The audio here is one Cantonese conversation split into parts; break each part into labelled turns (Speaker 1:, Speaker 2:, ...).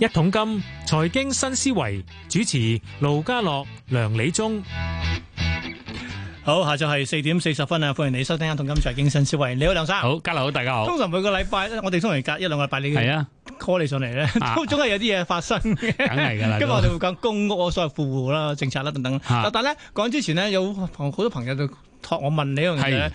Speaker 1: 一桶金財經新思維主持盧家樂、梁理中。
Speaker 2: 好，下晝係四點四十分啊！歡迎你收聽《一桶金財經新思維》。你好， 梁生。
Speaker 3: 好，家樂好，大家好。
Speaker 2: 通常每個禮拜咧，我哋通常隔一兩個禮拜，你
Speaker 3: 係啊，
Speaker 2: call 你上嚟咧，
Speaker 3: 啊
Speaker 2: 都總係有啲嘢發生嘅。
Speaker 3: 梗係㗎啦。
Speaker 2: 今日我哋會講公屋啊，所謂富戶啦、政策啦等等。
Speaker 3: 啊
Speaker 2: 但係咧講之前咧，有好多朋友就託我問你一樣嘢咧，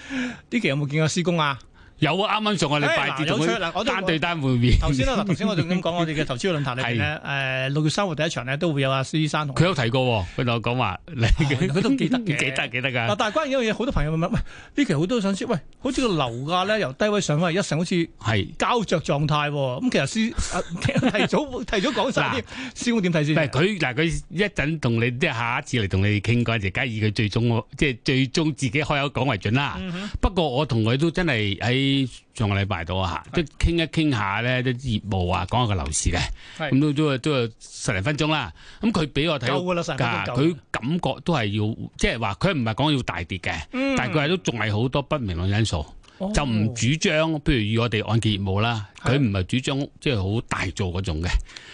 Speaker 2: 呢期有冇見過施工啊？
Speaker 3: 有啊，啱啱上個禮拜
Speaker 2: 哎嗱
Speaker 3: 跌
Speaker 2: 有
Speaker 3: 仲
Speaker 2: 趣嗱我都
Speaker 3: 會單對單會 面，
Speaker 2: 頭先啊 啦，嗱頭先我仲咁講，我哋嘅投資論壇裏邊咧，誒六月三號第一場咧都會有阿施生同
Speaker 3: 佢有提過喎，佢同我講話，你
Speaker 2: 哦佢都記得嘅
Speaker 3: 記得記得
Speaker 2: 嗱，
Speaker 3: 㗎，
Speaker 2: 但係關於一樣嘢，好多朋友問喂，呢期好多想知，喂，好似個樓價咧由低位上翻嚟一成，好似
Speaker 3: 係。
Speaker 2: 膠着狀態喎。咁其實施 啊提早提早講晒
Speaker 3: 嗱
Speaker 2: 添，施工點睇
Speaker 3: 唔
Speaker 2: 先？
Speaker 3: 係佢嗱，佢一陣同你即係下一次嚟同你傾嗰陣時，梗係以佢最終即係最終自己開口講為準啦。
Speaker 2: 嗯
Speaker 3: 不過我同佢都真係喺上個禮拜度啊，即係傾一傾下咧啲業務啊，講下個樓市嘅，
Speaker 2: 係
Speaker 3: 咁都都有都有十零分鐘啦。咁佢俾我睇
Speaker 2: 夠㗎啦，成日
Speaker 3: 㗎，
Speaker 2: 都夠
Speaker 3: 佢。感覺都係要，即係話佢唔係講要大跌嘅，
Speaker 2: 嗯
Speaker 3: 但係佢係都仲係好多不明朗因素，
Speaker 2: 哦
Speaker 3: 就唔主張，譬如以我哋按揭業務啦，
Speaker 2: 係
Speaker 3: 佢唔係主張即係好大做嗰種嘅，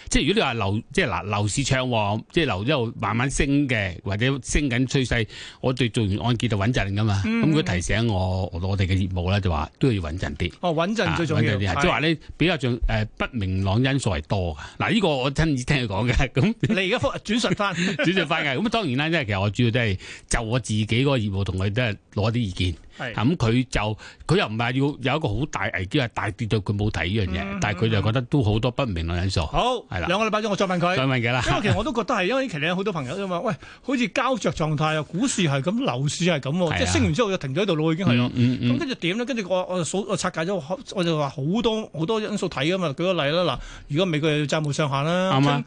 Speaker 3: 即係如果你話樓即係嗱樓市暢旺，即係樓一路慢慢升嘅，或者升緊趨勢，我哋做完按揭就穩陣㗎嘛，
Speaker 2: 嗯
Speaker 3: 咁佢、提醒我我哋嘅業務咧就話都要穩陣啲。
Speaker 2: 哦穩陣最重要，
Speaker 3: 啊穩陣啲係
Speaker 2: 係
Speaker 3: 即係話咧比較像誒不明朗因素係多㗎。嗱，呢 個我親耳聽佢講嘅，咁
Speaker 2: 你而家復 轉述 翻，
Speaker 3: 主持翻嘅。咁當然啦，因為其實我主要都係就我自己嗰個業務同佢都係攞啲意見。
Speaker 2: 係
Speaker 3: 咁佢就佢又唔係要有一個好大危機係大跌到佢冇睇呢樣
Speaker 2: 嗯
Speaker 3: 嘢，但係佢就覺得都好多不明朗因素。
Speaker 2: 好
Speaker 3: 係啦
Speaker 2: 兩個禮拜之後我再問佢
Speaker 3: 再。問啊嘅啦，
Speaker 2: 因為其實我都覺得係，因為呢期咧好多朋友都話，喂，好似膠着狀態啊，股市係咁，樓市係咁
Speaker 3: 係
Speaker 2: 喎，
Speaker 3: 啊
Speaker 2: 即係升完之後就停咗喺度咯，已經係啊咯
Speaker 3: 嗯。嗯
Speaker 2: 咁
Speaker 3: 嗯，
Speaker 2: 跟住點咧？跟住我我就數我拆解咗，我我就話好多好多因素睇啊噶嘛。舉個例啦，嗱，如果美國又要債務上限啦，
Speaker 3: 啱啊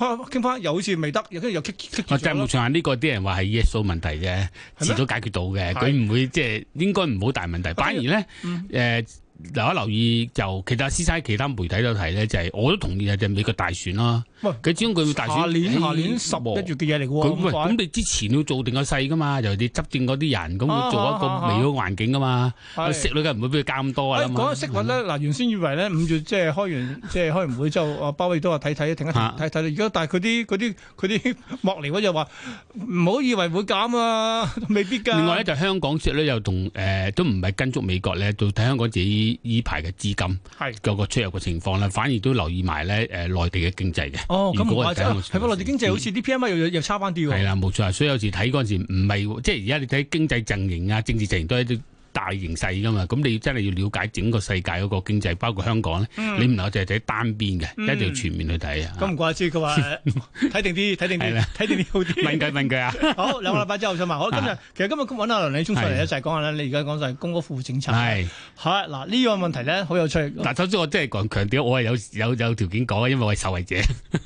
Speaker 2: 傾傾翻又好似未得，又跟住又棘棘住
Speaker 3: 我債
Speaker 2: 咗
Speaker 3: 務
Speaker 2: 啦
Speaker 3: 上限呢個啲人話係 yes or 問題啫，遲早解決到嘅，
Speaker 2: 係
Speaker 3: 佢唔會即係應該唔好大問題。反而咧
Speaker 2: 嗯
Speaker 3: 誒。留一留意就其他師生其他媒體都睇咧，就係、我都同意係啊就係美國大選啦。
Speaker 2: 喂
Speaker 3: 佢始終佢會大
Speaker 2: 下
Speaker 3: 選，
Speaker 2: 年下
Speaker 3: 哎
Speaker 2: 年十一月嘅嘢嚟嘅
Speaker 3: 咁
Speaker 2: 喎，咁
Speaker 3: 喂，
Speaker 2: 快
Speaker 3: 咁你之前要做定個勢噶嘛？尤其你執政嗰啲人，咁會做一
Speaker 2: 啊
Speaker 3: 個美好環境噶嘛？
Speaker 2: 係
Speaker 3: 息率梗係唔會俾佢加咁啊多
Speaker 2: 哎
Speaker 3: 噶啦嘛
Speaker 2: 講。起息率咧，嗱原先以為咧五月即係開完即係開完會之後，啊鮑威爾都話睇睇停一停
Speaker 3: 啊
Speaker 2: 睇睇啦。而家但係佢啲佢啲佢啲幕僚嗰就話唔好以為會減啊，未必㗎。
Speaker 3: 另外咧，就香港息率又同誒、呃都唔係跟足美國咧，到睇香港自己依排嘅資金
Speaker 2: 係
Speaker 3: 個個出入嘅情況啦，反而都留意埋咧誒內地嘅經濟嘅。
Speaker 2: 哦，咁
Speaker 3: 如
Speaker 2: 唔
Speaker 3: 果
Speaker 2: 怪
Speaker 3: 係
Speaker 2: 之
Speaker 3: 睇
Speaker 2: 啊
Speaker 3: 香港
Speaker 2: 係喎，內地經濟好似啲 PMI 又又差翻啲喎。
Speaker 3: 係啦，冇錯啊。所以有時睇嗰陣時唔係，即係而家你睇經濟陣營啊、政治陣營都係一啲大形勢噶嘛。咁你真係要了解整個世界嗰個經濟，包括香港咧，你唔能夠淨係睇單邊嘅，一定要全面去睇啊。
Speaker 2: 嗯咁唔怪之，佢話睇定啲，睇定
Speaker 3: 係
Speaker 2: 啲
Speaker 3: 啦，
Speaker 2: 睇定啲好
Speaker 3: 問
Speaker 2: 啲。
Speaker 3: 佢問 佢啊。
Speaker 2: 好，兩個禮拜之後想問。好，今日
Speaker 3: 啊
Speaker 2: 其實今日揾阿梁理中上嚟咧，
Speaker 3: 係
Speaker 2: 就係講下咧，你而家講就係公屋富政策。係
Speaker 3: 係，
Speaker 2: 嗱呢個問題咧，好有趣。
Speaker 3: 嗱，首先我真係強強調，我係有有有條件講，因為我係受惠者。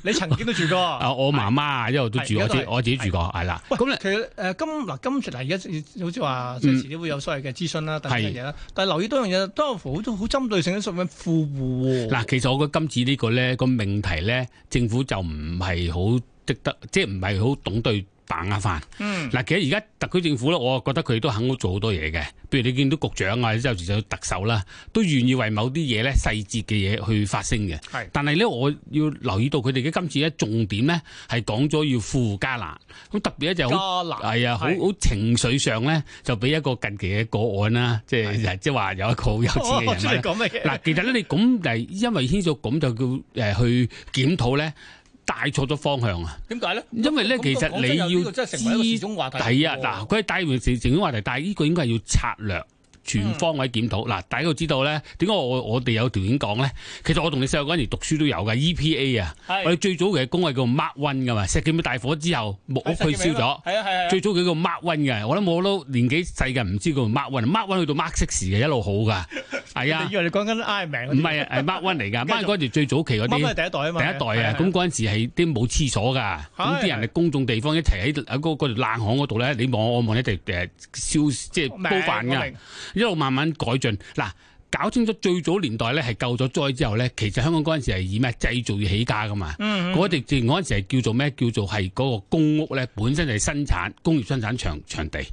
Speaker 2: 你曾經都住
Speaker 3: 啊，
Speaker 2: 過。
Speaker 3: 我媽媽一路都住，
Speaker 2: 係而
Speaker 3: 我自
Speaker 2: 家都係
Speaker 3: 我自己住過，係啦。
Speaker 2: 喂
Speaker 3: 咁嗯咧，
Speaker 2: 其實誒今嗱今次嗱而家好似話即係遲啲會有所謂嘅諮詢啦，等等嘅嘢啦。但係留意多樣嘢，都有好多好針對性嘅所謂富戶喎。
Speaker 3: 嗱，其實我覺得今次呢個咧個命題咧，政府就唔係好值得，即係唔係好懂對把握翻。
Speaker 2: 嗯，
Speaker 3: 嗱，其實而家特區政府咧，我覺得佢都肯做好多嘢嘅，譬如你見到局長啊，有時就特首啦，都願意為某啲嘢咧細節嘅嘢去發聲嘅。
Speaker 2: 係
Speaker 3: 但係咧，我要留意到佢哋嘅今次咧重點咧係講咗要富戶加難，咁特別咧就好
Speaker 2: 加難
Speaker 3: 係啊，好
Speaker 2: 係
Speaker 3: 好情緒上咧，就俾一個近期嘅個案啦，即係即係話有一個好有錢
Speaker 2: 我
Speaker 3: 嘅
Speaker 2: 我哦知你
Speaker 3: 人啦。
Speaker 2: 講乜嘢？
Speaker 3: 嗱，其實咧你咁嚟，因為牽涉到咁就叫誒去檢討咧，帶錯咗方向啊！
Speaker 2: 點解咧？
Speaker 3: 因為咧
Speaker 2: 咁
Speaker 3: 其實
Speaker 2: 講真有
Speaker 3: 你
Speaker 2: 呢
Speaker 3: 要
Speaker 2: 個真係成為一個時
Speaker 3: 知
Speaker 2: 鐘話題
Speaker 3: 係啊，
Speaker 2: 喎
Speaker 3: 嗱，佢係帶完成成種話題，但係呢個應該係要策略。全方位檢討嗱，大家都知道咧，點解我我哋有條件講咧？其實我同你細個嗰陣時讀書都有嘅 EPA 啊，
Speaker 2: 係
Speaker 3: 我哋最早嘅工係叫 Mark One 噶嘛，石硤尾大火之後木屋佢燒咗。
Speaker 2: 係啊係啊。
Speaker 3: 最早佢叫 Mark One 嘅，我諗我都年紀細嘅唔知叫 Mark One，Mark One 去到 Mark Six 嘅一路好 噶，係啊
Speaker 2: 你以，為你講緊 Iron Man 嗰啲
Speaker 3: 唔係啊，係 Mark One 嚟噶
Speaker 2: 繼續
Speaker 3: ，Mark One 嗰陣時最早期
Speaker 2: 乜
Speaker 3: 嗰
Speaker 2: 乜係第
Speaker 3: 啲
Speaker 2: 一代啊嘛，
Speaker 3: 第一代
Speaker 2: 係
Speaker 3: 啊，咁嗰陣時係啲冇廁所噶，咁啲人係公眾地方一齊喺喺嗰個冷巷嗰度咧，你望我我望你哋誒燒即係
Speaker 2: 我明
Speaker 3: 煲飯
Speaker 2: 我
Speaker 3: 噶
Speaker 2: 明，
Speaker 3: 一路慢慢改進嗱。搞清楚最早年代咧係救咗災之後咧，其實香港嗰陣時係以咩製造業起家噶嘛，
Speaker 2: 嗯
Speaker 3: 我哋自嗰陣時係叫做咩？叫做係嗰個公屋咧，本身就係生產工業生產場場地。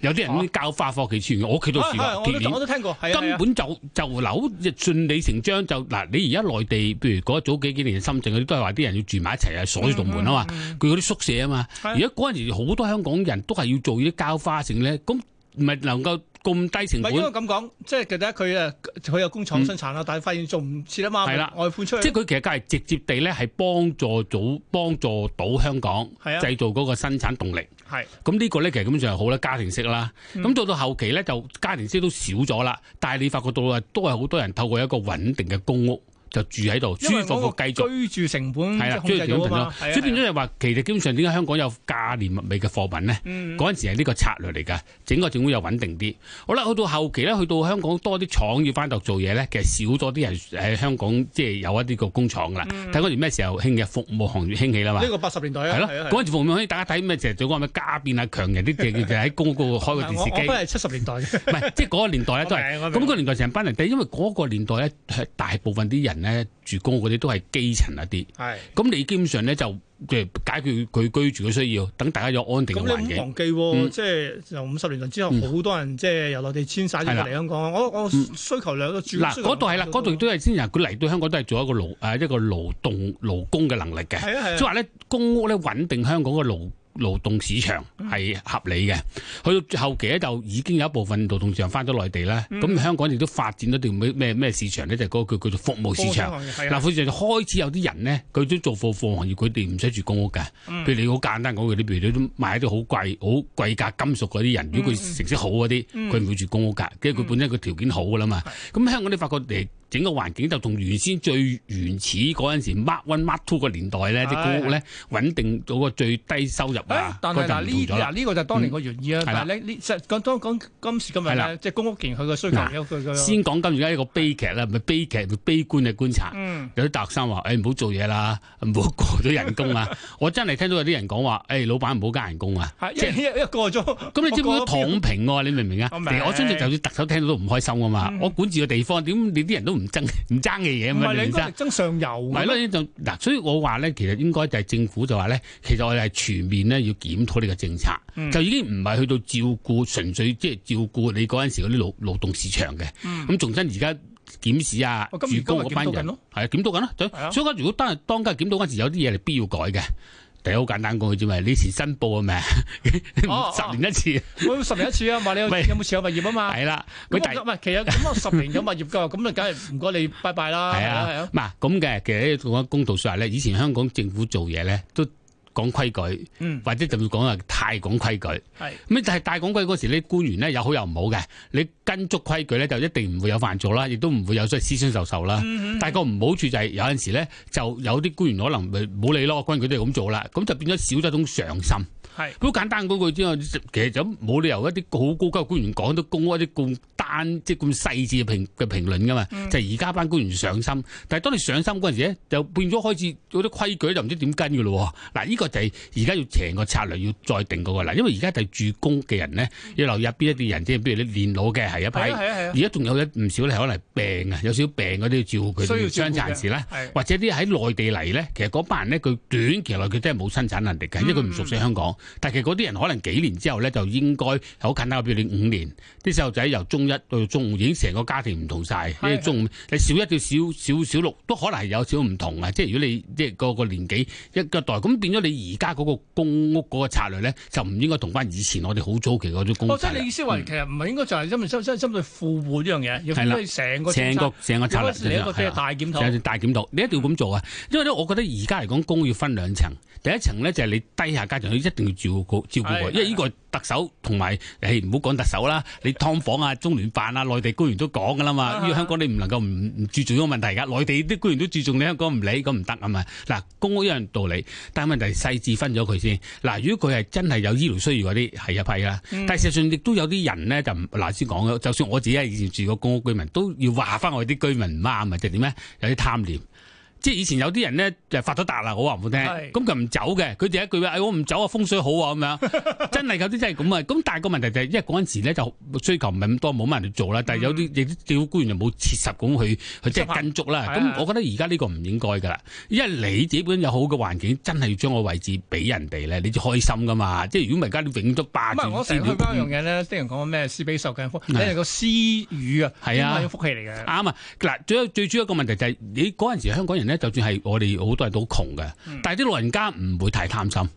Speaker 3: 有啲人教化貨期存嘅，我屋企都試
Speaker 2: 哦係係我
Speaker 3: 過鐵
Speaker 2: 都我
Speaker 3: 鏈。
Speaker 2: 都聽過，係啊係
Speaker 3: 根
Speaker 2: 啊，
Speaker 3: 本就就樓就順理成章就嗱，你而家內地譬如嗰早幾幾年深圳嗰啲都係話啲人要住埋一齊啊，鎖住道門啊嘛，
Speaker 2: 嗯，嗯
Speaker 3: 佢嗰啲宿舍啊嘛。
Speaker 2: 係啊
Speaker 3: 而家嗰陣時好多香港人都係要做呢啲膠花成咧，咁唔係能夠咁低成
Speaker 2: 唔係
Speaker 3: 本嗯
Speaker 2: 應，該咁講，即係其實佢啊，佢有工廠生產啦，但係發現做唔切啊嘛，
Speaker 3: 係
Speaker 2: 咪
Speaker 3: 啦
Speaker 2: 外判出
Speaker 3: 即
Speaker 2: 去
Speaker 3: 係佢其實梗係直接地咧係幫助到幫助到香港
Speaker 2: 係啊
Speaker 3: 製造嗰個生產動力。
Speaker 2: 係
Speaker 3: 咁呢個咧其實根本上係好啦，家庭式啦。
Speaker 2: 嗯
Speaker 3: 咁到到後期咧就家庭式都少咗啦，但係你發覺到啊，都係好多人透過一個穩定嘅公屋就住喺度，舒
Speaker 2: 因為
Speaker 3: 服服繼
Speaker 2: 嗰
Speaker 3: 續。
Speaker 2: 個居住成本
Speaker 3: 係
Speaker 2: 即
Speaker 3: 啦
Speaker 2: 係，控制
Speaker 3: 住
Speaker 2: 到啊嘛，係啊
Speaker 3: 所以變咗就話，其實基本上點解香港有價廉物美嘅貨品咧？
Speaker 2: 嗯
Speaker 3: 嗰陣時係呢個策略嚟㗎，整個政府又穩定啲。好啦，去到後期咧，去到香港多啲廠要翻度做嘢咧，其實少咗啲人喺香港即係有一啲個工廠㗎啦。
Speaker 2: 嗯
Speaker 3: 睇嗰時咩時候興嘅服務行業興起啦嘛
Speaker 2: 呢。個八十年代啊，
Speaker 3: 係咯
Speaker 2: 係啊，係啊
Speaker 3: 嗰陣時服務可以大家睇咩？成日做嗰個咩家變啊、強人啲嘢，就 喺公屋嗰度開個電視
Speaker 2: 我我
Speaker 3: 機
Speaker 2: 都。係七十年代 嘅，
Speaker 3: 唔 係，即係嗰個年代咧都係，
Speaker 2: 我明我
Speaker 3: 咁
Speaker 2: 明
Speaker 3: 個年代成班人，但因為嗰個年代咧，大部分啲人咧住公屋嗰啲都係基層一啲，
Speaker 2: 係。
Speaker 3: 咁你基本上咧就即係解決佢居住嘅需要，等大家有安定嘅
Speaker 2: 咁你
Speaker 3: 環
Speaker 2: 唔好
Speaker 3: 境。
Speaker 2: 忘記喎，
Speaker 3: 嗯
Speaker 2: 即係由五十年代之後，
Speaker 3: 嗯
Speaker 2: 好多人即係由內地遷晒咗
Speaker 3: 係啦嗯
Speaker 2: 嚟香港。我我需求量都住
Speaker 3: 嗱，嗰度係啦，嗰度都係先人，佢嚟到香港都係做一個勞誒一個勞動勞工嘅能力嘅。
Speaker 2: 係啊係啊
Speaker 3: 即係話咧，公屋咧穩定香港嘅勞勞動市場係合理嘅。去到後期咧，就已經有一部分勞動市場翻咗內地啦。咁、香港亦都發展咗條咩咩咩市場咧，就係嗰、個叫叫做服務市場。
Speaker 2: 嗱，
Speaker 3: 嗱，佢就開始有啲人咧，佢都做服務行業，佢哋唔使住公屋㗎。
Speaker 2: 嗯
Speaker 3: 譬如你好簡單講，佢啲譬如你都買啲好貴、好貴價金屬嗰啲人，如
Speaker 2: 嗯
Speaker 3: 果佢成績好嗰啲，佢唔會住公屋㗎，因為佢本身個條件好㗎啦嘛。
Speaker 2: 嗯
Speaker 3: 咁香港你發覺誒整個環境就同原先最原始嗰陣時 Mark One、Mark Two 個年代咧，啲公屋咧穩定到個最低收入
Speaker 2: 誒
Speaker 3: 啊，，
Speaker 2: 但係嗱
Speaker 3: 嗰就唔
Speaker 2: 呢
Speaker 3: 同咗啦
Speaker 2: 嗱。呢個就係當年個原意啊。
Speaker 3: 嗯係
Speaker 2: 但
Speaker 3: 啦
Speaker 2: 係咧呢即係講當講今時今日咧
Speaker 3: 係啦，
Speaker 2: 即係公屋既然佢個需求
Speaker 3: 嗱
Speaker 2: 有佢個
Speaker 3: 先講今而家一個悲劇啦，咪悲劇，咪悲觀嘅觀察。
Speaker 2: 嗯
Speaker 3: 有啲大學生話：，哎誒唔好做嘢啦，唔好過咗人工 啊！我真係聽到有啲人講話：，誒、哎老闆唔好加人工啊！
Speaker 2: 係
Speaker 3: 即係
Speaker 2: 一一一過咗，
Speaker 3: 咁你知唔知
Speaker 2: 我過咗啊
Speaker 3: 躺平喎？你明唔明啊？
Speaker 2: 我
Speaker 3: 我
Speaker 2: 明嗯
Speaker 3: 相信就算特首聽到都唔開心噶嘛。我管治嘅地方點，你啲人都唔爭唔爭嘅嘢
Speaker 2: 唔係你應
Speaker 3: 咁樣，你明唔
Speaker 2: 該力
Speaker 3: 明
Speaker 2: 爭上游㗎
Speaker 3: 咪咯，就嗱，所以我話咧，其實應該就係政府就話咧，其實我哋係全面咧要檢討呢個政策，
Speaker 2: 嗯
Speaker 3: 就已經唔係去到照顧純粹即係照顧你嗰陣時嗰啲勞勞動市場嘅。咁重新而家檢視啊，
Speaker 2: 嗯哦
Speaker 3: 住
Speaker 2: 咁而家咪
Speaker 3: 公嗰班
Speaker 2: 檢討緊
Speaker 3: 人
Speaker 2: 咯
Speaker 3: 係啊檢討緊咯。
Speaker 2: 係啊
Speaker 3: 所以我覺得如果當當家檢討嗰陣時，有啲嘢係必要改嘅。第一好簡單講佢啫嘛，你以前申報啊嘛，
Speaker 2: 哦
Speaker 3: 十年一次
Speaker 2: 喂十年一次啊嘛，你有
Speaker 3: 喂
Speaker 2: 有冇持有物業啊嘛？
Speaker 3: 係啦。
Speaker 2: 咁
Speaker 3: 佢
Speaker 2: 我
Speaker 3: 第
Speaker 2: 唔係，其實咁我十年有物業㗎， 咁你梗係唔該你拜拜啦。
Speaker 3: 係
Speaker 2: 係
Speaker 3: 啊
Speaker 2: 啊，，
Speaker 3: 嗱咁嘅，其實講公道說話咧，以前香港政府做嘢咧都講規矩，
Speaker 2: 嗯
Speaker 3: 或者就會講啊太講規矩。
Speaker 2: 係
Speaker 3: 咁但係大講規嗰時咧，官員咧有好有唔好嘅。你跟足規矩咧，就一定唔會有犯做啦，亦都唔會有所謂私相授受啦。但係個唔好處就係有陣時咧，就有啲官員可能咪冇理咯，軍佢都係咁做啦，咁就變咗少咗一種上心。
Speaker 2: 係。
Speaker 3: 好簡單嗰句之外，其實就冇理由一啲好高級嘅官員講到公屋一啲咁單即係咁細緻嘅評嘅評論噶嘛，
Speaker 2: 嗯
Speaker 3: 就係而家班官員上心，但係當你上心嗰陣時咧，就變咗開始有啲規矩就唔知點跟嘅咯喎。嗱，呢個就係而家要成個策略要再定嗰個啦，因為而家就係住公嘅人咧，要留意入邊一啲人，即係譬如你年老嘅係一
Speaker 2: 嗯係啊
Speaker 3: 批，
Speaker 2: 係啊係啊
Speaker 3: 而家仲有一唔少咧可能係病啊，有少少病嗰啲要照顧佢，
Speaker 2: 需要照顧嘅
Speaker 3: 傷殘人士啦。
Speaker 2: 係
Speaker 3: 或者啲喺內地嚟咧，其實嗰班人咧，佢短期內佢真係冇生產能力
Speaker 2: 嗯
Speaker 3: 嘅，因為佢唔熟悉香港。但其實嗰啲人可能幾年之後咧，就應該好簡單，譬如你五年，啲細路仔由中一到中五已經成個家庭唔同晒。因為
Speaker 2: 係啊
Speaker 3: 中五你小一到小小小六都可能係有少唔同啊。即係如果你即係個個年紀一個代，咁變咗你而家嗰個公屋嗰個策略咧，就唔應該同翻以前我哋好早期嗰種公
Speaker 2: 哦，
Speaker 3: 屋
Speaker 2: 即
Speaker 3: 策
Speaker 2: 係
Speaker 3: 略
Speaker 2: 你意思話，其實唔係應該就係針對針針針對富戶呢樣嘢，要
Speaker 3: 係啦
Speaker 2: 對成個
Speaker 3: 成個成個策略
Speaker 2: 你一個
Speaker 3: 就係
Speaker 2: 嘅
Speaker 3: 啊啦
Speaker 2: 大檢
Speaker 3: 有
Speaker 2: 討，
Speaker 3: 隻大檢討，你一定要咁做啊！因為咧，我覺得而家嚟講，公屋要分兩層，第一層咧就係你低下階層，你一定要照顧照顧
Speaker 2: 係
Speaker 3: 佢，因為呢個係特首同埋誒唔好講特首啦，你劏房啊、中聯辦啊、內地官員都講噶啦
Speaker 2: 啊
Speaker 3: 嘛，呢個香港你唔能夠唔唔注重呢個問題㗎，內地啲官員都注重你香港唔理，咁唔得啊嘛！嗱，公屋一樣道理，但係問題係細緻分咗佢先。嗱，如果佢係真係有醫療需要嗰啲係一批啦，
Speaker 2: 嗯
Speaker 3: 但係事實上亦都有啲人咧就唔嗱先講嘅，就算我自己係以前住過公屋居民，都要話翻我哋啲居民唔啱啊！就係點咧？有啲貪念。即係以前有啲人咧就發咗達啦，我話唔好聽，
Speaker 2: 係
Speaker 3: 咁佢唔走嘅，佢就一句話：，哎，我唔走啊，風水好啊，咁 樣，真係有啲真係咁啊。咁但係個問題就係、因為嗰陣時咧就需求唔係咁多，冇乜人去做啦。但係有啲亦都政府官員就冇切實咁去去即
Speaker 2: 嗯執行
Speaker 3: 係跟足啦。
Speaker 2: 係啊
Speaker 3: 咁我覺得而家呢個唔應該㗎啦，因為你自己本身有好嘅環境，真係要將個位置俾人哋咧，你至開心㗎嘛。即係如果唔係，而家你永遠都霸
Speaker 2: 唔
Speaker 3: 住
Speaker 2: 係，我成日
Speaker 3: 資
Speaker 2: 去
Speaker 3: 料
Speaker 2: 翻一樣
Speaker 3: 庫。
Speaker 2: 嘢咧，啲人講咩施比受更福，你
Speaker 3: 係
Speaker 2: 係個施語啊，
Speaker 3: 係啊
Speaker 2: 呢個係福氣嚟嘅。
Speaker 3: 啱啊！嗱，最最主要一個問題就係、你嗰陣時香港人咧，就算係我哋好多人都好窮嘅，
Speaker 2: 嗯
Speaker 3: 但係啲老人家唔會太貪心。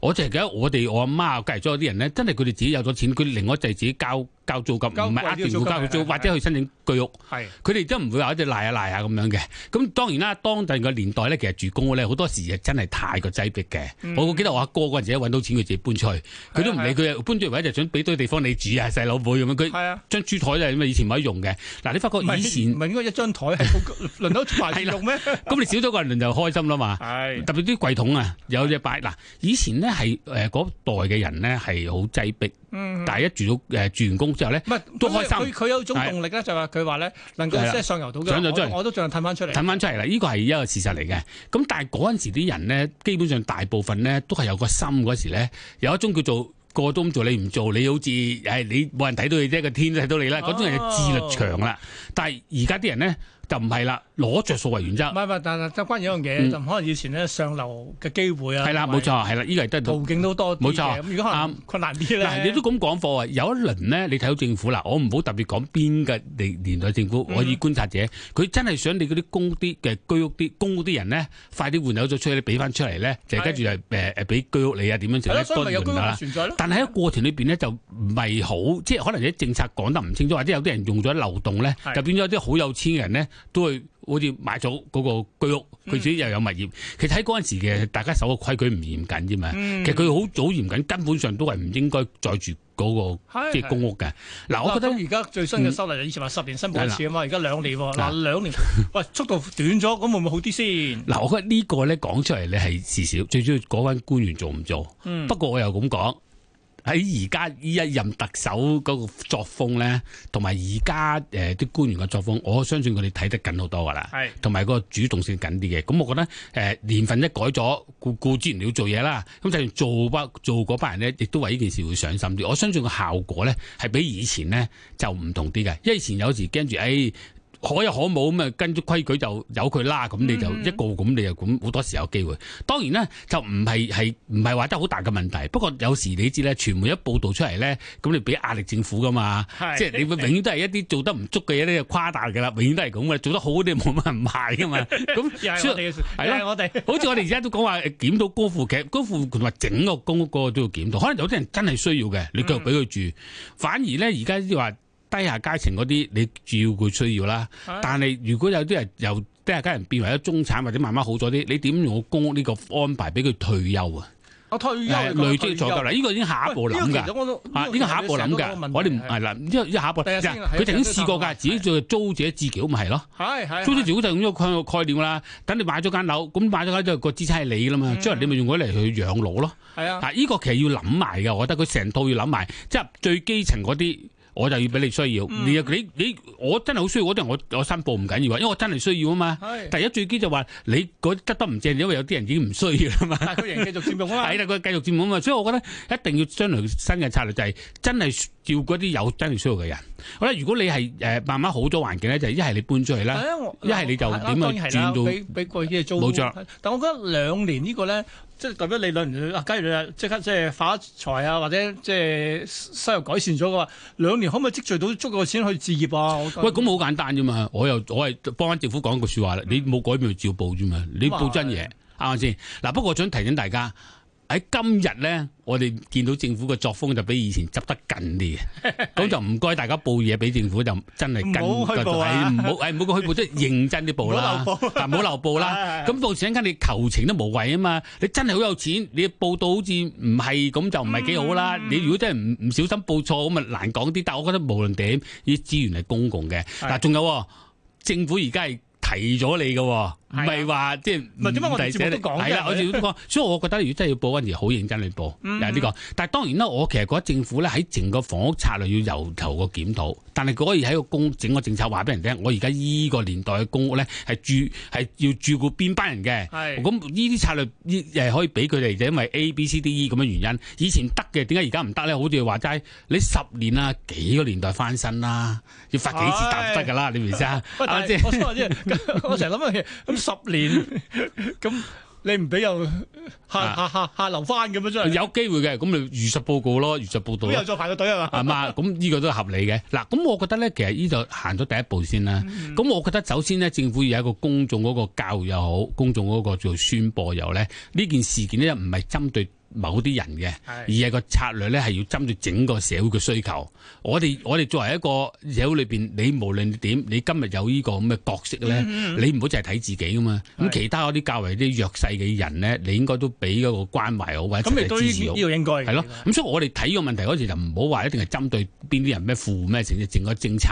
Speaker 3: 我就係記得我哋我阿媽隔離咗有啲人咧，真係佢哋自己有咗錢，佢另外就係自己交交租金，唔
Speaker 2: 交
Speaker 3: 係
Speaker 2: 貴啲
Speaker 3: 呃
Speaker 2: 嘅
Speaker 3: 政
Speaker 2: 租
Speaker 3: 府
Speaker 2: 金
Speaker 3: 交
Speaker 2: 係
Speaker 3: 租，
Speaker 2: 係
Speaker 3: 或者去申請居屋。
Speaker 2: 係
Speaker 3: 佢哋都唔會話一隻賴啊賴啊咁樣嘅。咁當然啦，當第個年代咧，其實住公屋咧好多時係真係太過擠迫嘅。
Speaker 2: 嗯
Speaker 3: 我記得我阿哥嗰陣時揾到錢，佢自己搬出去，佢都唔理佢搬出去，或者就想俾堆地方你住啊，細佬妹咁樣。佢
Speaker 2: 係啊，
Speaker 3: 張豬台就係咁啊以前冇得用嘅。嗱，你發覺
Speaker 2: 唔係
Speaker 3: 以前
Speaker 2: 唔係應該一張台係好 輪到排
Speaker 3: 係啦
Speaker 2: 用咩？
Speaker 3: 咁你少咗個人就開心啦嘛。
Speaker 2: 係
Speaker 3: 特別啲櫃桶啊，有隻擺嗱，以前咧係誒嗰代嘅人咧係好擠迫，
Speaker 2: 嗯。
Speaker 3: 但係一住到誒住完工之後咧，
Speaker 2: 唔係
Speaker 3: 都
Speaker 2: 咁
Speaker 3: 開心
Speaker 2: 佢佢有種動力咧，就係話佢話咧能夠
Speaker 3: 係啦
Speaker 2: 即係上游到嘅，
Speaker 3: 上咗出嚟
Speaker 2: 我我都盡量褪翻出嚟。
Speaker 3: 褪翻出嚟啦，呢個係一個事實嚟嘅。咁但係嗰陣時啲人咧，基本上大部分咧都係有個心嗰時咧，有一種叫做個個都咁做你唔做，你好似誒你冇人睇到你啫，個天都睇到你啦。
Speaker 2: 哦
Speaker 3: 嗰種人就自律強啦。但係而家啲人咧就唔係啦，攞着數為原
Speaker 2: 唔
Speaker 3: 則，
Speaker 2: 係唔係，但係就關於一樣嘢，
Speaker 3: 嗯
Speaker 2: 就唔可能以前咧上流嘅機會啊，
Speaker 3: 係啦，
Speaker 2: 同埋
Speaker 3: 冇錯，係啦，呢個係得到
Speaker 2: 途徑都多啲嘅
Speaker 3: 冇
Speaker 2: 咁
Speaker 3: 錯
Speaker 2: 如果可能
Speaker 3: 啱
Speaker 2: 困難啲咧，
Speaker 3: 嗱，你都咁講課啊！有一輪咧，你睇到政府啦，我唔好特別講邊嘅年年代政府，
Speaker 2: 嗯
Speaker 3: 我以觀察者，佢真係想你嗰啲公屋啲嘅居屋啲公屋啲人咧，快啲換走咗出去，你俾翻出嚟咧，就
Speaker 2: 係
Speaker 3: 跟住就誒誒俾居屋你啊，點樣
Speaker 2: 係
Speaker 3: 就
Speaker 2: 咯，
Speaker 3: 咧
Speaker 2: 所以咪有居
Speaker 3: 多
Speaker 2: 屋
Speaker 3: 換
Speaker 2: 嘅
Speaker 3: 啦。
Speaker 2: 存在咯。
Speaker 3: 但係喺過程裏邊咧就唔係好，即係可能啲政策講得唔清楚，或者有啲人用咗漏洞咧，
Speaker 2: 係
Speaker 3: 就變咗啲好有錢嘅人咧都會好似買咗嗰個居屋，佢自己又有物業。其實喺嗰陣時嘅大家守個規矩唔嚴謹啫嘛。
Speaker 2: 嗯
Speaker 3: 其實佢好早嚴謹，根本上都係唔應該再住嗰、個
Speaker 2: 係
Speaker 3: 即係公屋嘅。嗱，我
Speaker 2: 嗱
Speaker 3: 覺得
Speaker 2: 咁而家最新嘅修例，以前話十年申報一次啊嘛，而家兩年喎。
Speaker 3: 嗱
Speaker 2: 嗱兩年，喂速度短咗，咁會唔會好啲先？
Speaker 3: 嗱，我覺得呢個咧講出嚟咧係事少，最主要嗰班官員做唔做。
Speaker 2: 嗯
Speaker 3: 不過我又咁講，喺而家呢一任特首嗰個作風咧，同埋而家誒啲官員嘅作風，我相信佢哋睇得緊好多噶啦。
Speaker 2: 係
Speaker 3: 同埋個主動性緊啲嘅，咁我覺得誒、呃、年份一改咗，固固之然你要做嘢啦。咁就算做班做嗰班人咧，亦都為呢件事會上心啲。我相信個效果咧係比以前咧就唔同啲嘅，因為以前有時驚住誒。可有可冇咁啊，跟住規矩就由佢啦，咁你就
Speaker 2: 嗯
Speaker 3: 一個咁你就咁好多時有機會。當然咧就唔係係唔係話得好大嘅問題，不過有時你知咧，傳媒一報導出嚟咧，咁你俾壓力政府噶嘛。
Speaker 2: 係
Speaker 3: 即係你會永遠都係一啲做得唔足嘅嘢咧，就誇大㗎啦，永遠都係咁嘅，做得好啲冇乜人 賣㗎嘛。
Speaker 2: 又
Speaker 3: 咁
Speaker 2: 係我
Speaker 3: 所以
Speaker 2: 哋嘅事，
Speaker 3: 係
Speaker 2: 又
Speaker 3: 咯
Speaker 2: 係我哋。
Speaker 3: 好似我哋而家都講話誒檢討高富劇，高富同埋整個公屋嗰個都要檢討，可能有啲人真係需要嘅，你
Speaker 2: 嗯
Speaker 3: 繼續俾佢住。反而咧而家話低下階層嗰啲，你照佢需要啦。
Speaker 2: 啊
Speaker 3: 但係如果有啲人由低下階層變為咗中產或者慢慢好咗啲，你點用公屋呢個安排俾佢退休啊？
Speaker 2: 我退休
Speaker 3: 係
Speaker 2: 啊
Speaker 3: 累
Speaker 2: 講
Speaker 3: 積
Speaker 2: 退
Speaker 3: 咗
Speaker 2: 休
Speaker 3: 㗎啦，呢個已經下一步諗㗎。啊！呢個下一步諗㗎，我哋唔係啦，因為因為下一步，
Speaker 2: 第日先係
Speaker 3: 佢曾經試過㗎，自己做租者置其屋咪係啊咯，
Speaker 2: 係係啊
Speaker 3: 租者置其屋就用咗個概念啦。等你買咗間樓，咁買咗間之後個資產係你㗎啦嘛，
Speaker 2: 嗯
Speaker 3: 將來你咪用嗰嚟去養老咯。
Speaker 2: 係啊，
Speaker 3: 啊，呢個其實要諗埋㗎，我覺得佢成套要諗埋，即係最基層嗰啲。我就要俾你需要，
Speaker 2: 嗯
Speaker 3: 你你你我真係好需要嗰啲人，我我申報唔緊要啊，因為我真係需要啊嘛。
Speaker 2: 係，
Speaker 3: 第一最基就話你嗰啲得得唔正，因為有啲人已經唔需要啦嘛。
Speaker 2: 但係佢仍繼續佔用啊嘛
Speaker 3: 係。啦，佢繼續佔滿啊嘛，所以我覺得一定要將來新嘅策略就係真係照嗰啲有真係需要嘅人。好啦，如果你係誒慢慢好咗環境咧，就一係你搬出去啦，
Speaker 2: 係啊我
Speaker 3: 一係你就
Speaker 2: 嗱
Speaker 3: 點啊
Speaker 2: 當然係啦
Speaker 3: 轉到
Speaker 2: 俾俾貴啲嘅租，
Speaker 3: 冇錯啦。
Speaker 2: 但我覺得兩年呢個咧，即係代表你兩年，啊假如你話即刻即係發財啊，或者即係收入改善咗嘅話，兩年可唔可以積聚到足夠嘅錢去置業啊？我覺得
Speaker 3: 喂，咁好簡單啫嘛！我又我係幫翻政府講句説話啦，你冇改變就照報啫嘛，你報真嘢啱唔啱先？嗱，不過我想提醒大家。喺今日咧，我哋見到政府嘅作風就比以前執得緊啲嘅，咁就唔該大家報嘢俾政府就真係跟
Speaker 2: 唔好虛報啊
Speaker 3: 係唔好誒唔好講虛報，即係認真啲報啦，
Speaker 2: 唔好
Speaker 3: 啊唔好漏報啦。
Speaker 2: 係
Speaker 3: 咁到時一間你求情都無謂啊嘛，你真係好有錢，你報到好似唔係咁就唔係幾好啦。
Speaker 2: 嗯
Speaker 3: 你如果真係唔唔小心報錯咁啊難講啲，但係我覺得無論點，啲資源係公共嘅。嗱，仲有喎政府而家係。提咗你嘅喎，唔
Speaker 2: 係啊
Speaker 3: 係話即係
Speaker 2: 唔係點解我哋
Speaker 3: 提
Speaker 2: 節目
Speaker 3: 醒
Speaker 2: 都
Speaker 3: 你
Speaker 2: 講嘅
Speaker 3: 係啦，我哋都講，所以我覺得如果真係要報嗰陣時，好認真去報，
Speaker 2: 嗯
Speaker 3: 有呢個。但係當然啦，我其實覺得政府咧喺整個房屋策略要由頭個檢討，但係可以喺個公整個政策話俾人聽，我而家依個年代嘅公屋咧係住係要照顧邊班人嘅。
Speaker 2: 係
Speaker 3: 咁呢啲策略呢誒可以俾佢哋，就因為 A、B、C、D、E 咁嘅原因。以前得嘅，點解而家唔得咧？好似話齋，你十年啊，幾個年代翻身啦，要罰幾次啖得㗎啦，你明唔明啊？
Speaker 2: 喂，但
Speaker 3: 即
Speaker 2: 係
Speaker 3: 係
Speaker 2: 我想話啫，咁 我成日諗嘅嘢，咁十年咁你唔俾又
Speaker 3: 啊
Speaker 2: 下下下下留翻咁樣真係，
Speaker 3: 有機會嘅，咁咪如實報告咯，如實報道
Speaker 2: 咁又
Speaker 3: 咯。
Speaker 2: 再排個隊係啊嘛？
Speaker 3: 係 嘛？咁呢個都係合理嘅。嗱，咁我覺得咧，其實呢度行咗第一步先啦。
Speaker 2: 嗯
Speaker 3: 咁、我覺得首先咧，政府要有一個公眾嗰個教育又好，公眾嗰個做宣播又好咧，呢件事件咧唔係針對某啲人嘅。而
Speaker 2: 係
Speaker 3: 係個策略咧係要針對整個社會嘅需求。我哋我哋作為一個社會裏邊，你無論點，你今日有呢個咁嘅角色咧，你唔好淨係睇自己噶嘛。咁
Speaker 2: 嗯係
Speaker 3: 其他嗰啲較為啲弱勢嘅人咧，你應該都俾嗰個關懷好或者
Speaker 2: 咁亦
Speaker 3: 一齊
Speaker 2: 都
Speaker 3: 嚟支持好
Speaker 2: 呢。度應該
Speaker 3: 係咯，咁所以我哋睇個問題嗰時就唔好話一定係針對邊啲人咩負咩成整個政策，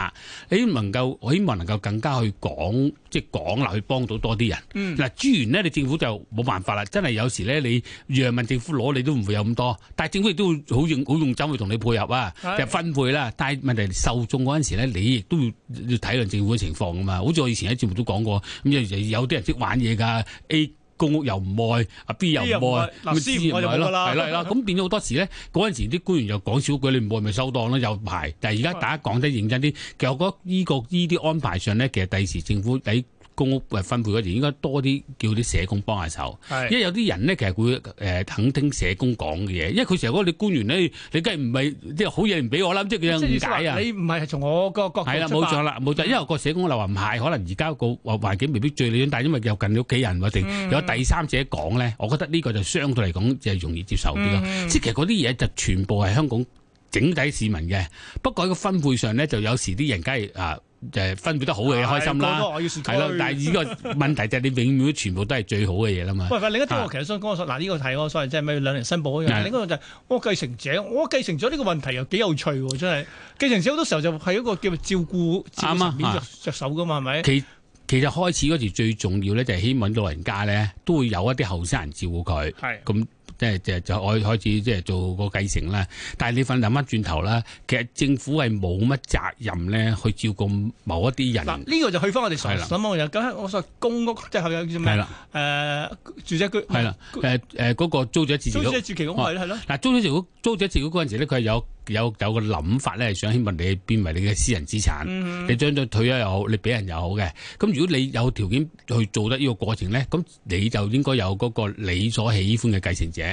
Speaker 3: 你能夠我希望能夠更加去講，即係講啦，去幫到多啲人。
Speaker 2: 嗯
Speaker 3: 嗱、資源咧，你政府就冇辦法啦，真係有時咧，你讓問政府攞，你都唔會有咁多，但係政府亦都會好用好用心去同你配合啊，
Speaker 2: 係
Speaker 3: 就分配啦。但係問題受眾嗰陣時咧，你亦都要要體諒政府嘅情況噶嘛。好似我以前喺節目都講過，咁有時有啲人識玩嘢㗎，A 公屋又唔愛，啊 B 又
Speaker 2: B 又唔
Speaker 3: 唔愛
Speaker 2: 愛，嗱 C 唔愛就冇㗎啦
Speaker 3: 係啦係啦，咁變咗好多時咧，嗰陣時啲官員又講少句，你唔愛咪收檔咯，有排。但係而家大家講得認真啲，其實我覺得呢、個呢啲安排上咧，其實第時政府喺公屋嘅分配嗰時，應該多啲叫啲社工幫下手。因
Speaker 2: 係
Speaker 3: 為有啲人咧，其實會誒、呃肯聽社工講嘅嘢，因為佢成日嗰啲官員咧，你梗係唔係即係好嘢唔俾我啦，即係佢有
Speaker 2: 即係意思
Speaker 3: 誤
Speaker 2: 話
Speaker 3: 解啊。
Speaker 2: 你唔係從我個角度
Speaker 3: 係啦，
Speaker 2: 哦出
Speaker 3: 冇
Speaker 2: 發嗯
Speaker 3: 錯啦，冇錯，因為個社工就話唔係，可能而家個環境未必最理想，但係因為又近你屋企人或者
Speaker 2: 嗯
Speaker 3: 有第三者講咧，我覺得呢個就相對嚟講就容易接受啲咯。
Speaker 2: 嗯
Speaker 3: 即係其實嗰啲嘢就全部係香港整體市民嘅，不過喺個分配上咧，就有時啲人梗係啊誒分配得好嘅開心
Speaker 2: 啊係個個
Speaker 3: 啦，
Speaker 2: 我要選
Speaker 3: 係啦
Speaker 2: 區，
Speaker 3: 但係呢個問題就係你永遠都全部都係最好嘅嘢啦嘛。
Speaker 2: 喂，喂，另一啲
Speaker 3: 啊
Speaker 2: 我其實想講，嗱呢個係我所謂即係咩兩年申報嗰
Speaker 3: 係
Speaker 2: 樣，另一個就係我繼承者，我繼承咗呢個問題又幾有趣喎，真係繼承者好多時候就係一個叫做照顧照顧
Speaker 3: 啱啊
Speaker 2: 層面着
Speaker 3: 啊
Speaker 2: 着手噶嘛，係咪？
Speaker 3: 其其實開始嗰時最重要咧，就係希望老人家咧都會有一啲後生人照顧佢。
Speaker 2: 係
Speaker 3: 咁即係即係就開開始即係做個繼承啦。但係你份諗翻轉頭啦，其實政府係冇乜責任咧去照顧某一啲
Speaker 2: 嗱，
Speaker 3: 人。
Speaker 2: 呢個就去翻我哋所
Speaker 3: 係啦
Speaker 2: 諗我又咁，我所謂公屋即係後有叫
Speaker 3: 係
Speaker 2: 咩？
Speaker 3: 啦，
Speaker 2: 誒，住者居
Speaker 3: 係啦，哦誒誒嗰個租者自住
Speaker 2: 租
Speaker 3: 屋
Speaker 2: 者。住其屋係咯係咯，
Speaker 3: 嗱，租者自住屋，租者自住屋嗰陣時咧，佢係有有有個諗法咧，係想希望你變為你嘅私人資產。
Speaker 2: 嗯
Speaker 3: 你將咗退咗又好，你俾人又好嘅。咁如果你有條件去做得呢個過程咧，咁你就應該有嗰個你所喜歡嘅繼承者，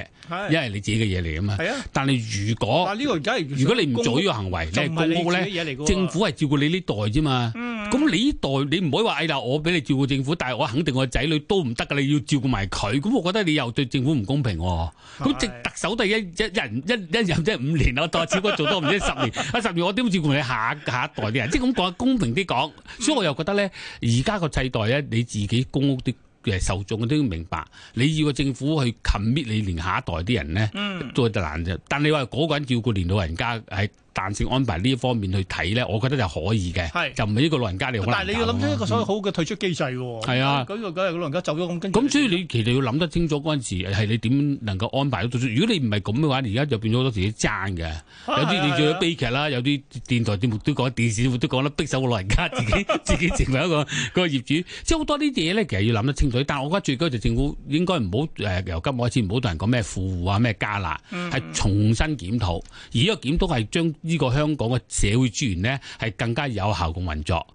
Speaker 3: 因
Speaker 2: 係
Speaker 3: 為你自己嘅嘢嚟啊嘛。
Speaker 2: 係啊，
Speaker 3: 但係如果
Speaker 2: 但呢個而家係
Speaker 3: 哦如果你唔做呢個行為，你
Speaker 2: 就
Speaker 3: 係
Speaker 2: 唔係你
Speaker 3: 公屋
Speaker 2: 自
Speaker 3: 咧，
Speaker 2: 己嘢啊嗯嚟嘅喎
Speaker 3: 政府係照顧你呢代啫嘛。咁你呢代你唔可以話，哎呀，我俾你照顧政府，但係我肯定我仔女都唔得㗎，你要照顧埋佢。咁我覺得你又對政府唔公平喎。咁直
Speaker 2: 係
Speaker 3: 特首都係一一人一一任即係五年啦，當我只不過做 多唔知十年，啊十年我點照顧你下下一代啲人？即係咁講，公平啲講。
Speaker 2: 嗯
Speaker 3: 所以我又覺得咧，而家個世代咧，你自己公屋啲。嘅受眾都要明白，你要個政府去 commit 你連下一代啲人咧，
Speaker 2: 嗯
Speaker 3: 都係難啫。但你話嗰個人照顧連老人家喺彈性安排呢一方面去睇咧，我覺得就可以
Speaker 2: 係
Speaker 3: 嘅，就唔係呢個老人家你好
Speaker 2: 但
Speaker 3: 難
Speaker 2: 係你要諗
Speaker 3: 搞
Speaker 2: 出一
Speaker 3: 啊
Speaker 2: 個所謂好嘅退出機制喎。
Speaker 3: 係啊
Speaker 2: 咁個嗰日老人家走咗咁，跟住
Speaker 3: 咁所以你其實要諗得清楚嗰陣時係你點能夠安排到。如果你唔係咁嘅話，而家就變咗好多時啲爭嘅。
Speaker 2: 啊
Speaker 3: 有啲你做咗悲劇啦，有啲電台節目都講，電視節目都講啦，逼手個老人家自己自己成為一個個業主，即係好多呢啲嘢咧，其實要諗得清楚。但係我覺得最緊要就政府應該唔好誒由今日開始唔好同人講咩富戶啊咩加辣，係、重新檢討，而呢個檢討係將呢個香港嘅社會資源咧係更加有效咁運作。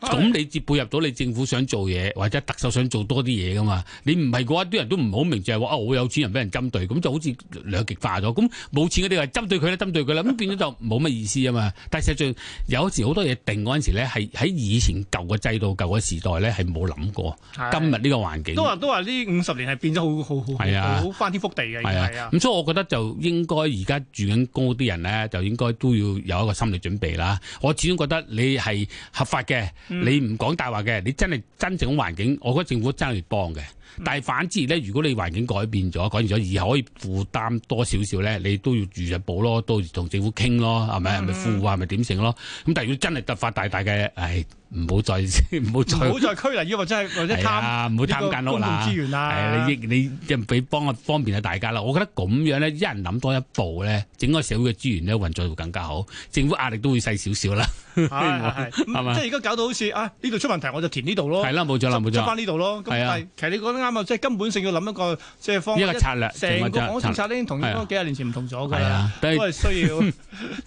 Speaker 3: 咁你接配入到你政府想做嘢，或者特首想做多啲嘢噶嘛？你唔係嘅話，啲人都唔好明，就係話啊，我有錢人俾人針對，咁就好似兩極化咗。咁冇錢嗰啲話針對佢啦，針對佢啦，咁變咗就冇乜意思啊嘛。但係實際上有時好多嘢定嗰陣時咧，係喺以前舊嘅制度、舊嘅時代咧係冇諗過今日呢個環境。
Speaker 2: 都話都話呢五十年係變咗好好好
Speaker 3: 係啊
Speaker 2: 好好翻天覆地嘅，
Speaker 3: 係
Speaker 2: 係
Speaker 3: 啊
Speaker 2: 啊，。
Speaker 3: 咁所以我覺得就應該而家住緊公屋啲人咧，就應該都要有一個心理準備啦。我始終覺得你
Speaker 2: 嗯
Speaker 3: 係合法嘅，你唔講大話嘅，你真係真正環境，我覺得政府真係要幫嘅。
Speaker 2: 嗯
Speaker 3: 但係反之咧，如果你環境改變咗，改變咗以後可以負擔多少少咧，你都要預入保咯，都要同政府傾咯，係
Speaker 2: 嗯
Speaker 3: 咪？係咪富啊？係咪點成咯？咁但係如果真係突發大大嘅，唉，唔好再 唔好
Speaker 2: 唔
Speaker 3: 再
Speaker 2: 好再拘泥於或者係或者
Speaker 3: 係
Speaker 2: 貪
Speaker 3: 啊，唔好貪間
Speaker 2: 呢個公
Speaker 3: 屋
Speaker 2: 共
Speaker 3: 啦
Speaker 2: 資。源啊，
Speaker 3: 係你益你即係俾幫方便啊大家啦。我覺得咁樣咧，一人諗多一步咧，整個社會嘅資源咧運作會更加好，政府壓力都會細少少啦。
Speaker 2: 係係係
Speaker 3: 係嘛
Speaker 2: 咁即係而家搞到好似啊呢度出問題我就填呢度咯
Speaker 3: 係，啦，冇錯啦，冇
Speaker 2: 執
Speaker 3: 錯
Speaker 2: 翻，呢度咯。咁
Speaker 3: 係啊
Speaker 2: 但係其實你講得啱啊，即係根本性要諗一個即係方
Speaker 3: 一個策略，
Speaker 2: 啊成個房屋政
Speaker 3: 策略
Speaker 2: 策咧，同
Speaker 3: 係啊
Speaker 2: 嗰幾廿年前唔同咗㗎
Speaker 3: 係
Speaker 2: 啦，
Speaker 3: 啊，
Speaker 2: 都
Speaker 3: 但
Speaker 2: 係
Speaker 3: 係
Speaker 2: 需要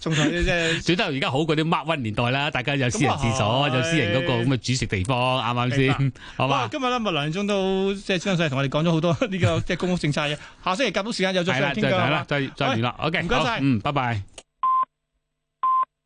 Speaker 2: 仲同你即係。
Speaker 3: 最得而家好過啲 Mark One 年代啦，大家有私人廁
Speaker 2: 咁
Speaker 3: 所，
Speaker 2: 啊係
Speaker 3: 有私人嗰個咁嘅主食地方，啱唔啱先
Speaker 2: 明？
Speaker 3: 好
Speaker 2: 哇！
Speaker 3: 嘛？
Speaker 2: 今日咧，麥梁中都即係張世同我哋講咗好多呢個即係公屋政策嘅，下星期夾到時間有再
Speaker 3: 係啦，
Speaker 2: 上傾
Speaker 3: 再
Speaker 2: 㗎
Speaker 3: 係
Speaker 2: 係嘛
Speaker 3: 啦，再再聯絡。OK，
Speaker 2: 唔該
Speaker 3: 好
Speaker 2: 晒
Speaker 3: 嗯，拜拜。